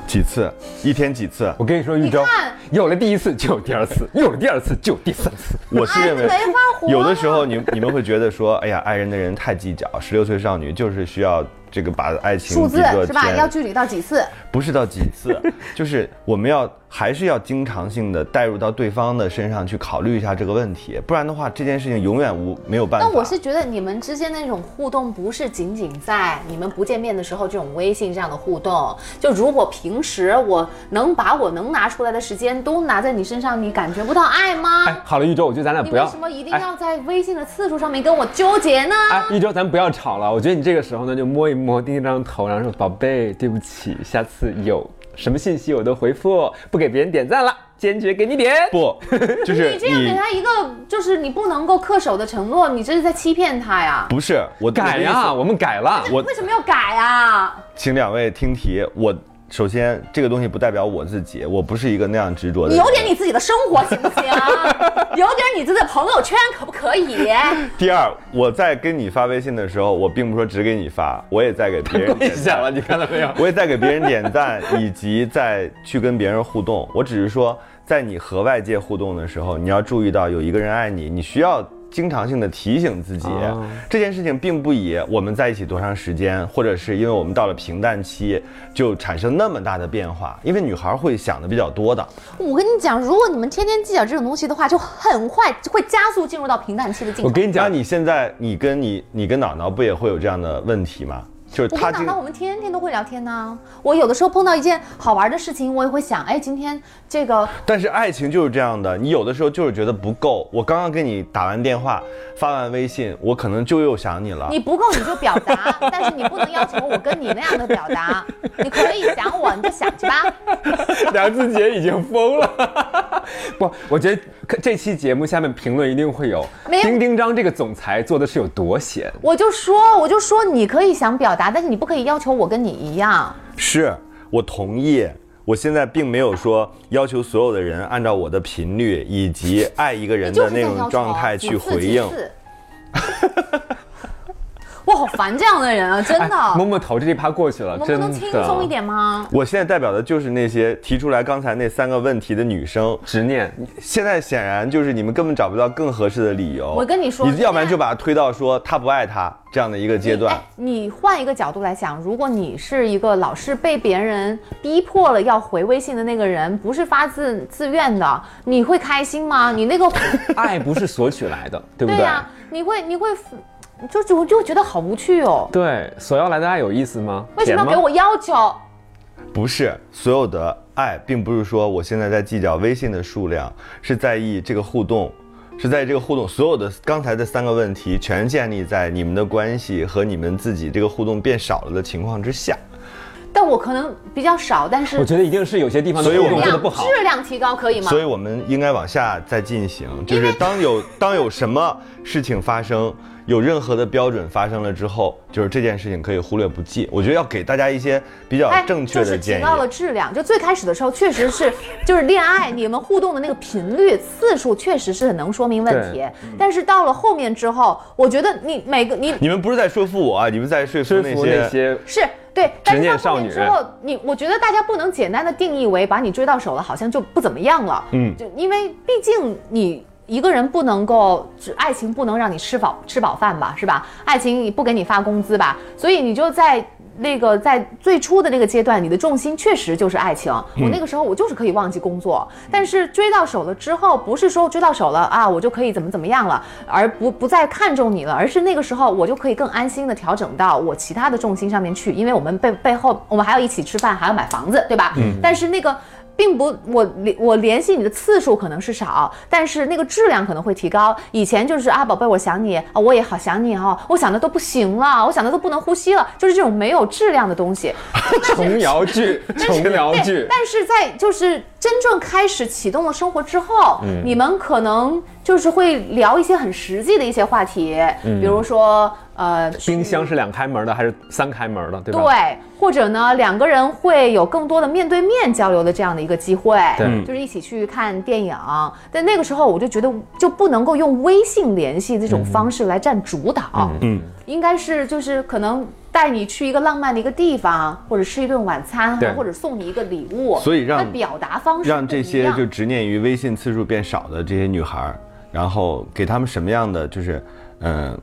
几次，一天几次，
我跟你说，玉州
你看
有了第一次就有第二次，有了第二次就有第三次。
我是认为
哎这没法活
有的时候你你们会觉得说，哎呀，爱人的人太计较，十六岁少女就是需要这个把爱情
数
比
字
作
是吧？
天
要具体到几次？
不是到几次， [laughs] 就是我们要还是要经常性的带入到对方的身上去考虑一下这个问题，不然的话，这件事情永远无没有办法。
但我是觉得你们之间的那种互动，不是仅仅在你们不见面的时候这种微信上的互动。就如果平时我能把我能拿出来的时间都拿在你身上，你感觉不到爱吗？
哎，好了，玉州，我觉得咱俩
啊你
不
为
要
什么一定
哎
要在微信的次数上面跟我纠结呢？
哎，一周咱不要吵了。我觉得你这个时候呢，就摸一摸，叮一张头，然后说：“宝贝，对不起，下次有什么信息我都回复，不给别人点赞了，坚决给你点。”
不，就是
你这样给
你
他一个就是你不能够恪守的承诺，你这是在欺骗他呀！
不是我
改呀、
我的意思
我们改了。
我
为什么要改啊？
请两位听题，我首先这个东西不代表我自己，我不是一个那样执着的
你
人。
有点你自己的生活行不行？ [laughs] 有点你自己的朋友圈可不可以？
第二，我在跟你发微信的时候，我并不说只给你发，我也在给别人
跪
点
啊下
赞
[laughs] 了，，你看到没有？
我也在给别人点赞，以及在去跟别人互动。我只是说，在你和外界互动的时候，你要注意到有一个人爱你，你需要。经常性的提醒自己、
哦
这件事情，并不以我们在一起多长时间，或者是因为我们到了平淡期就产生那么大的变化，因为女孩会想的比较多的。
我跟你讲，如果你们天天计较这种东西的话，就很快就会加速进入到平淡期的进
我
程。
跟你
那
讲，
你现在你跟你你跟脑脑不也会有这样的问题吗？就是
我
他
跟脑
经
脑，我们天天都会聊天呢、我有的时候碰到一件好玩的事情，我也会想，哎，今天这个
但是爱情就是这样的，你有的时候就是觉得不够。我刚刚跟你打完电话，发完微信，我可能就又想你了。
你不够你就表
[laughs]
达，但是你不能要求我跟你那样的表达。你可以想我，你就想去吧。
梁志杰已经疯了。 [laughs] 不，我觉得这期节目下面评论一定会有
没有
丁丁张这个总裁做的是有多闲。
我就说，我就说你可以想表达，但是你不可以要求我跟你一样。
是我同意。我现在并没有说要求所有的人按照我的频率以及爱一个人
你就
的
是在
那
要
种
求啊
状态
几
去
次
回
几
应。 [laughs]
次我好烦这样的人啊，真的。
哎摸摸头，这一趴过去了，
我们不
真
能
的。
轻松一，
[laughs]
点吗？
我现在代表的就是那些提出来刚才那三个问题的女生，
执念。
现在显然就是你们根本找不到更合适的理由。
我跟你说
你要不然
现在
就把他推到说他不爱他这样的一个阶段
哎。，你换一个角度来想，如果你是一个老是被别人逼迫了要回微信的那个人，不是发自自愿的，你会开心吗？你那个，
爱 [laughs] 不是索取来的，对不
对
对？
呀、你会你会，就就就觉得好无趣哦。
对，索要来的爱有意思吗？
为什么
甜
要
吗
给我要求？
不是所有的爱，并不是说我现在在计较微信的数量，是在意这个互动，是在意这个互动。所有的刚才的三个问题，全建立在你们的关系和你们自己这个互动变少了的情况之下。
但我可能比较少，但是
我觉得一定是有些地方的
所以我
互
们
动
质
做
量
的不好。
质量提高可以吗？
所以我们应该往下再进行，就是当有当有什么事情发生，有任何的标准发生了之后，就是这件事情可以忽略不计。我觉得要给大家一些比较
哎，
正确
就
的
是
建
提
议。
高了质量。就最开始的时候，确实是，就是恋爱你们互动的那个频率、次数，确实是很能说明问题
对。
嗯
但是到了后面之后，我觉得你每个你
你们不是在说服我啊，你们在说服
说
那
服
些
那些
是对，但是
念
到后面
少
啊
之
女
后，你我觉得大家不能简单的定义为把你追到手了，好像就不怎么样了。
嗯
就因为毕竟你。一个人不能够，只爱情不能让你吃饱吃饱饭吧，是吧？爱情不给你发工资吧，所以你就在那个在最初的那个阶段，你的重心确实就是爱情。我那个时候我就是可以忘记工作，但是追到手了之后，不是说追到手了啊，我就可以怎么怎么样了，而不不再看重你了，而是那个时候我就可以更安心的调整到我其他的重心上面去，因为我们背背后我们还要一起吃饭，还要买房子，对吧？嗯。但是那个。并不，我联我联系你的次数可能是少，但是那个质量可能会提高。以前就是啊，宝贝，我想你啊，我也好想你哦，我想的都不行啊了，我想的都不能呼吸了，就是这 [laughs] 种没有质量的东西。
[laughs] 琼瑶剧、琼瑶
对，
剧，
但是在就是真正开始启动了生活之后，嗯你们可能就是会聊一些很实际的一些话题，比如说呃，
冰箱是两开门的还是三开门的，对吧？
对，或者呢，两个人会有更多的面对面交流的这样的一个机会，
对
就是一起去看电影。但那个时候我就觉得就不能够用微信联系这种方式来占主导，嗯，应该是就是可能带你去一个浪漫的一个地方，或者吃一顿晚餐啊
对，
或者送你一个礼物，
所以让
它表达方式
让
不一
这些
样
就执念于微信次数变少的这些女孩儿，然后给她们什么样的就是嗯、呃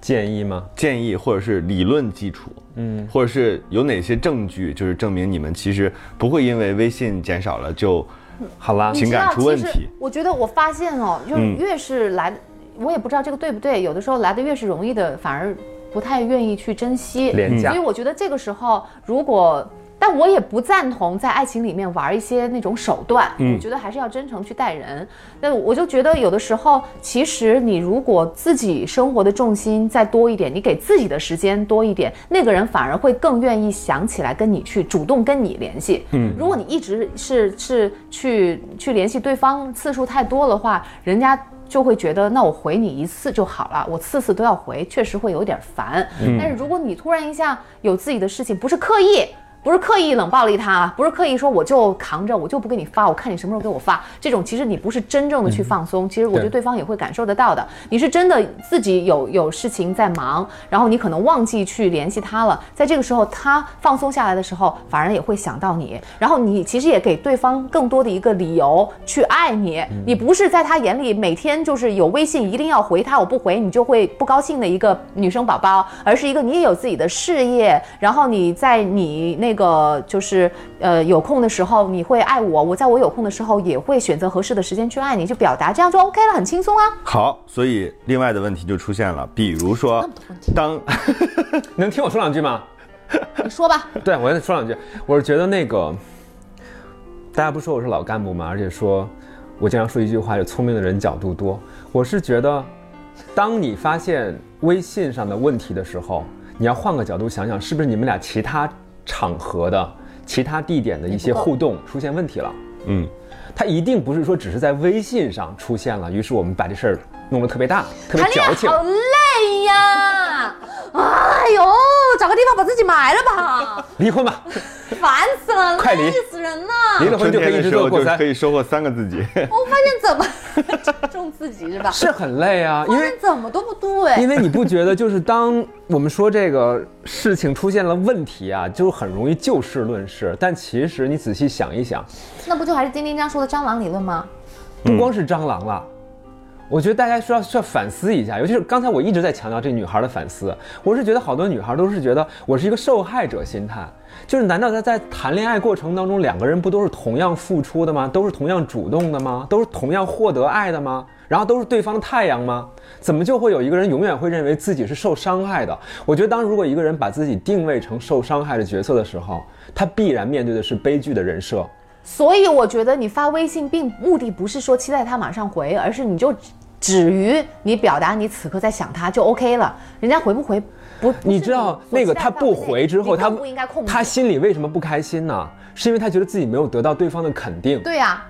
建议吗？
建议或者是理论基础，嗯，或者是有哪些证据，就是证明你们其实不会因为微信减少了就
好啦，
你
情
知
感
道，
出
其
问
实
题嗯
我觉得我发现哦，就是越是来的，我也不知道这个对不对，有的时候来的越是容易的，反而不太愿意去珍惜。
廉价
所以我觉得这个时候，如果但我也不赞同在爱情里面玩一些那种手段，我觉得还是要真诚去待人。那我就觉得有的时候，其实你如果自己生活的重心再多一点，你给自己的时间多一点，那个人反而会更愿意想起来跟你去主动跟你联系。嗯，如果你一直是是去去联系对方次数太多的话，人家。就会觉得，那我回你一次就好了，我次次都要回，确实会有点烦。但是如果你突然一下有自己的事情，不是刻意，不是刻意冷暴力他，不是刻意说我就扛着，我就不给你发，我看你什么时候给我发。这种其实你不是真正的去放松，其实我觉得对方也会感受得到的。你是真的自己有有事情在忙，然后你可能忘记去联系他了，在这个时候他放松下来的时候，反而也会想到你，然后你其实也给对方更多的一个理由去爱你。你不是在他眼里每天就是有微信一定要回他，我不回你就会不高兴的一个女生宝宝，而是一个你也有自己的事业，然后你在你那个就是呃有空的时候你会爱我，我在我有空的时候也会选择合适的时间去爱你，就表达这样就 OK 了，很轻松啊。
好，所以另外的问题就出现了，比如说，当
能听我说两句吗？
你说吧，
[laughs] 对，我再说两句。我是觉得那个，大家不说我是老干部嘛，而且说我经常说一句话，就聪明的人角度多。我是觉得，当你发现微信上的问题的时候，你要换个角度想想，是不是你们俩其他场合的、其他地点的一些
也不够
互动出现问题了？
嗯，
它一定不是说只是在微信上出现了，于是我们把这事儿弄得特别大、特别
谈恋
矫
爱
情。
好累呀！哎呦，找个地方把自己埋了吧，
离
[laughs]
婚吧，
烦死了，
快离
累死人了。
离了婚
春
就可
天
以一
的
直
时
都
候
过
就
三
可，以收获三个自己，
我发现怎么
[laughs]
中自己是吧？
是很累啊，因
发
为
现怎么都不对
因。为你不觉得，就是当我们说这个事情出现了问题啊，就是很容易就事论事。但其实你仔细想一想，
那不就还是丁丁章说的蟑螂理论吗？
不光是蟑螂了。我觉得大家需要需要反思一下，尤其是刚才我一直在强调这女孩的反思。我是觉得好多女孩都是觉得我是一个受害者心态，就是难道她在谈恋爱过程当中，两个人不都是同样付出的吗？都是同样主动的吗？都是同样获得爱的吗？然后都是对方的太阳吗？怎么就会有一个人永远会认为自己是受伤害的？我觉得，当如果一个人把自己定位成受伤害的角色的时候，他必然面对的是悲剧的人设。
所以我觉得你发微信并目的不是说期待他马上回，而是你就止止于你表达你此刻在想他就 OK 了，人家回不回不，不是
你知道那个他不回之后，
你
他
更不应该控制。
他心里为什么不开心呢？是因为他觉得自己没有得到对方的肯定。
对呀、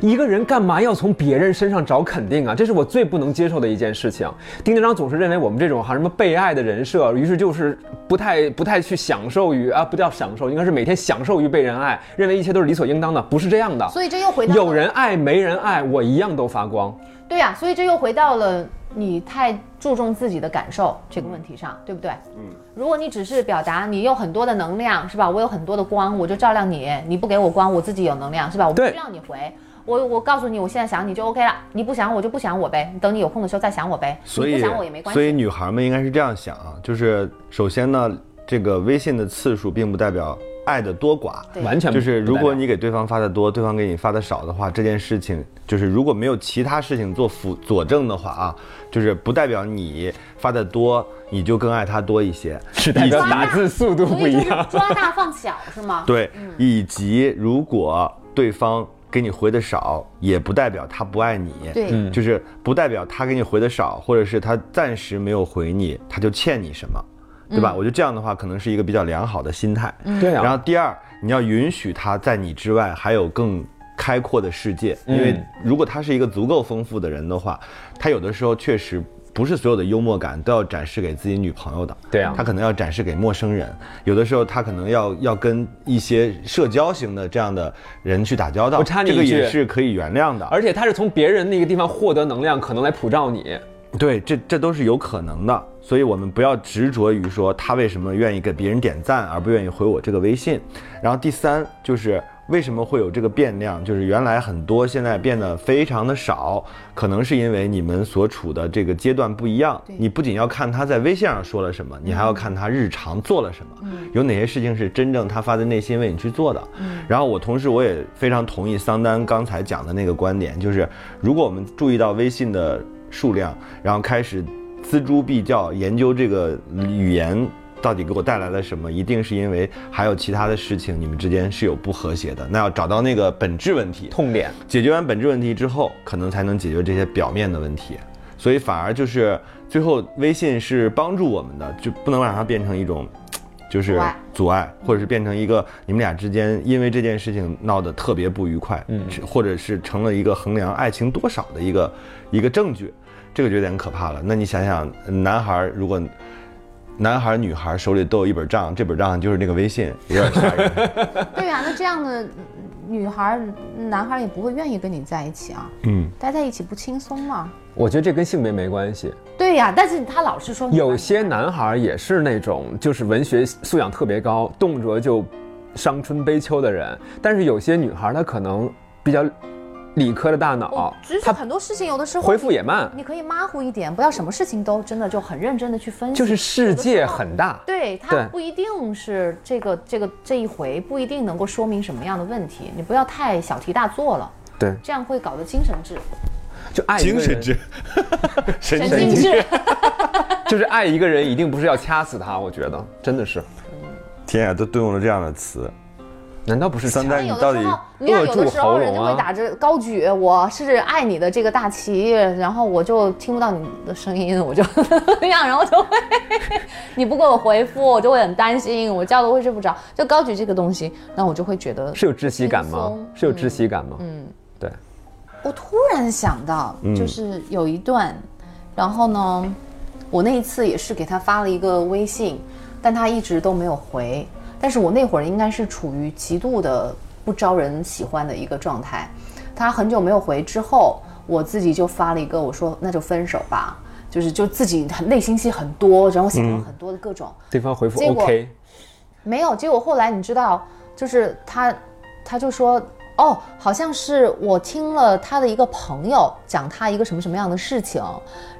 一个人干嘛要从别人身上找肯定啊？这是我最不能接受的一件事情。丁丁章总是认为我们这种哈什么被爱的人设，于是就是不太不太去享受于啊，不叫享受，应该是每天享受于被人爱，认为一切都是理所应当的，不是这样的。
所以这又回到了
有人爱没人爱，我一样都发光。
对呀、所以这又回到了你太注重自己的感受这个问题上，对不对？嗯，如果你只是表达你有很多的能量，是吧？我有很多的光，我就照亮你，你不给我光，我自己有能量，是吧？我不
对
需要你回。我我告诉你，我现在想你就 OK 了，你不想我就不想我呗，你等你有空的时候再想我呗，
所
[laughs] 你
以
不想我也没关
所以
系。
女孩们应该是这样想啊，就是首先呢，这个微信的次数并不代表爱的多寡，
对
完全不
就是如
不代表
果你给对方发的多，对方给你发的少的话，这件事情就是如果没有其他事情做辅佐证的话啊，就是不代表你发的多，你就更爱他多一些。
是代表打字速度不
所以
一
就是
样。
抓大放小是吗？
[laughs] 对，
嗯
以及如果对方给你回的少，也不代表他不爱你。
对嗯
就是不代表他给你回的少，或者是他暂时没有回你，
嗯
他就欠你什么，对吧？我觉得这样的话，可能是一个比较良好的心态。
对啊
然后第二，你要允许他在你之外还有更开阔的世界，
嗯
因为如果他是一个足够丰富的人的话，他有的时候确实。不是所有的幽默感都要展示给自己女朋友的，
对啊
他可能要展示给陌生人，有的时候他可能要要跟一些社交型的这样的人去打交道，
我插你
这个
一句
也是可以原谅的，
而且他是从别人那个地方获得能量，可能来普照你。
对，这这都是有可能的，所以我们不要执着于说他为什么愿意给别人点赞，而不愿意回我这个微信。然后第三就是为什么会有这个变量，就是原来很多，现在变得非常的少，可能是因为你们所处的这个阶段不一样。你不仅要看他在微信上说了什么，你还要看他日常做了什么，有哪些事情是真正他发自内心为你去做的。然后我同时我也非常同意桑丹刚才讲的那个观点，就是如果我们注意到微信的。数量，然后开始锱铢必较，研究这个语言到底给我带来了什么，一定是因为还有其他的事情，你们之间是有不和谐的。那要找到那个本质问题，
痛点，
解决完本质问题之后，可能才能解决这些表面的问题。所以反而就是最后，微信是帮助我们的，就不能让它变成一种，就是
阻碍
阻碍，或者是变成一个你们俩之间因为这件事情闹得特别不愉快，嗯，或者是成了一个衡量爱情多少的一个一个证据，这个就有点可怕了。那你想想，男孩如果男孩女孩手里都有一本账，这本账就是那个微信，有点吓
[laughs]
人。
对呀、那这样的女孩儿、男孩儿也不会愿意跟你在一起啊，
嗯，
待在一起不轻松吗？
我觉得这跟性别没关系。
对呀、但是他老是说
有些男孩也是那种就是文学素养特别高，动辄就伤春悲秋的人，但是有些女孩她可能比较理科的大脑，
只是
她
很多事情有的时候
哦回复也慢，
你可以
马
马
虎
虎
一
一
点，
点，
不
不
要
要
什
什
么
么
事
事
情
情
都
都
真
真
的
的
就
就
很
很
认
认
真
真
的
的去
去分析，
就是世界很大。
对他
对
不一定是这个这个这一回不一定能够说明什么样的问题，你不要太小题大做了，
对，
这样会搞得精神质、
就爱一个人，
神
神
经
经
[laughs]
质。
就是爱一个人，一定不是要掐死他，我觉得真的是，
天啊呀，都动用了这样的词，
难道不是掐
三？丹，你
有
到
的
底
时候，你看
扼
有的
住
时候
喉
人
咙
就会
啊
打着高举我是爱你的这个大旗，然后我就听不到你的声音，我就 [laughs] 那样，然后就会你不给我回复，我就会很担心，我觉都会睡不着。就高举这个东西，那我就会觉得
是有窒息感
轻
吗
松？
是有窒息感吗？嗯，对，
我突然想到，就是有一段，然后呢，
我那一次也是给他发了一个微信，但他一直都没有回。但是我那会儿应该是处于极度的不招人喜欢的一个状态。他很久没有回之后，我自己就发了一个，我说那就分手吧，就是就自己很内心戏很多，然后想了很多的各种。
对方回复
结果
OK，
没有，结果后来你知道，就是他，他就说，哦，好像是我听了他的一个朋友讲他一个什么什么样的事情，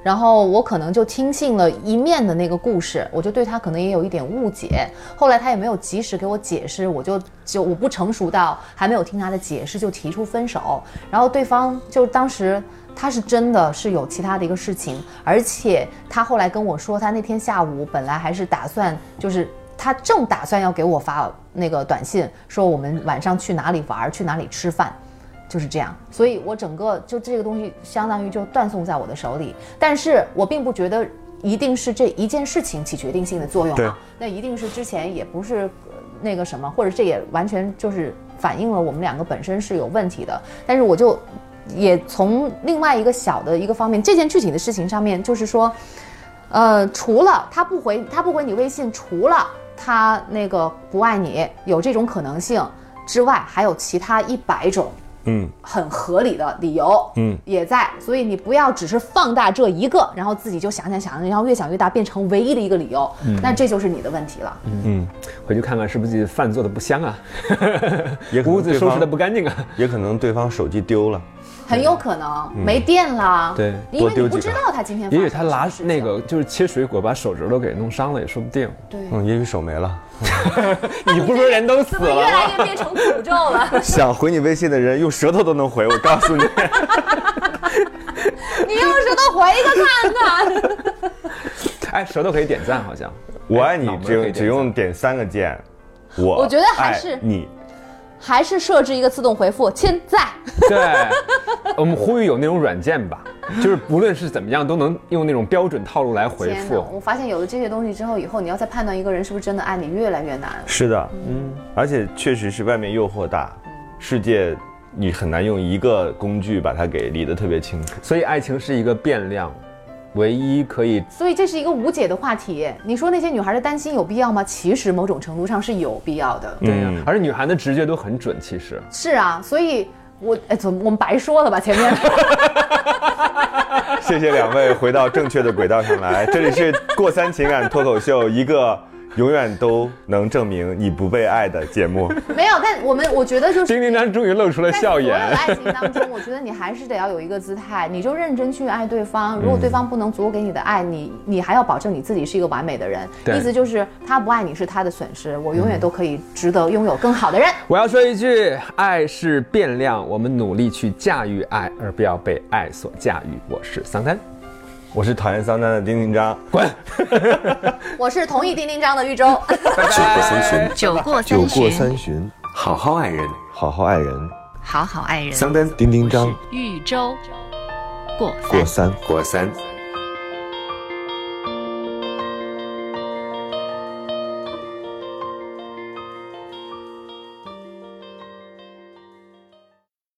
然后我可能就听信了一面的那个故事，我就对他可能也有一点误解。后来他也没有及时给我解释，我就就我不成熟到还没有听他的解释就提出分手，然后对方就当时。他是真的是有其他的一个事情，而且他后来跟我说，他那天下午本来还是打算就是他正打算要给我发那个短信，说我们晚上去哪里玩儿，去哪里吃饭，就是这样。所以我整个就这个东西相当于就断送在我的手里，但是我并不觉得一定是这一件事情起决定性的作用
对
啊，那一定是之前也不是呃那个什么，或者这也完全就是反映了我们两个本身是有问题的，但是我就。也从另外一个小的一个方面，这件具体的事情上面，就是说，呃，除了他不回他不回你微信，除了他那个不爱你有这种可能性之外，还有其他一百种
嗯。
很合理的理由，
嗯，
也在。所以你不要只是放大这一个，然后自己就想想想，然后越想越大，变成唯一的一个理由，那这就是你的问题了。
回去看看是不是自己饭做的不香 [laughs] 啊
也，可能
屋子
对
收
方
拾的不干净啊。
也可能对方手机丢了，
很有可能没电了，
对
因为
多丢
你不
几
知
个
道他今天发
[laughs] 也
生
许他拿
了什么事
那
情
个就是切水果，把手指头都给弄伤了也说不定。
嗯，也许手没了。
[laughs] 你不是啊说人都死了
越
吗？
来越变成诅咒了。
想回你微信的人用舌头都能回，我告诉
[laughs]
你。
[laughs] 你用舌头回一个看看。
哎，舌头可以点赞，好像。
我爱你
脑门
只
儿可以
用
点赞
只用点三个键，我
我觉得还是
爱你
还是设置一个自动回复，现在。
[laughs] 对，我们呼吁有那种软件吧，就是不论是怎么样，都能用那种标准套路来回
天哪！
复。
我发现有了这些东西之后，以后你要再判断一个人是不是真的爱你，越来越难了。
是的，嗯，而且确实是外面诱惑大，世界你很难用一个工具把它给理得特别清
[laughs]
楚。
所以爱情是一个变量，唯一可以
所以这是一个无解的话题。你说那些女孩的担心有必要吗？其实某种程度上是有必要的。
对呀、而且女孩的直觉都很准，其实
是啊，所以我哎，怎么我们白说了吧？前面
谢谢两位回到正确的轨道上来，这里是过三情感脱口秀，一个永远都能证明你不被爱的节目。
没有，但我们我觉得 [laughs] 就是
丁丁张终于露出了
在
笑颜。
所有的爱情当中，我觉得你还是得要有一个姿态，你就认真去爱对方。如果对方不能足够给你的爱，你你还要保证你自己是一个完美的人。
对
意思就是他不爱你是他的损失，我永远都可以值得拥有更好的人。
我要说一句，爱是变量，我们努力去驾驭爱，而不要被爱所驾驭。我是桑丹，
我是讨厌桑丹的丁丁张，
滚，
我是同意丁丁张的玉州。
拜
酒过三巡
拜。，
酒过三
酒
巡，
过三巡，好好爱人，
好好爱人，
好好爱人，
桑丹、丁丁张
豫州过
过三过三。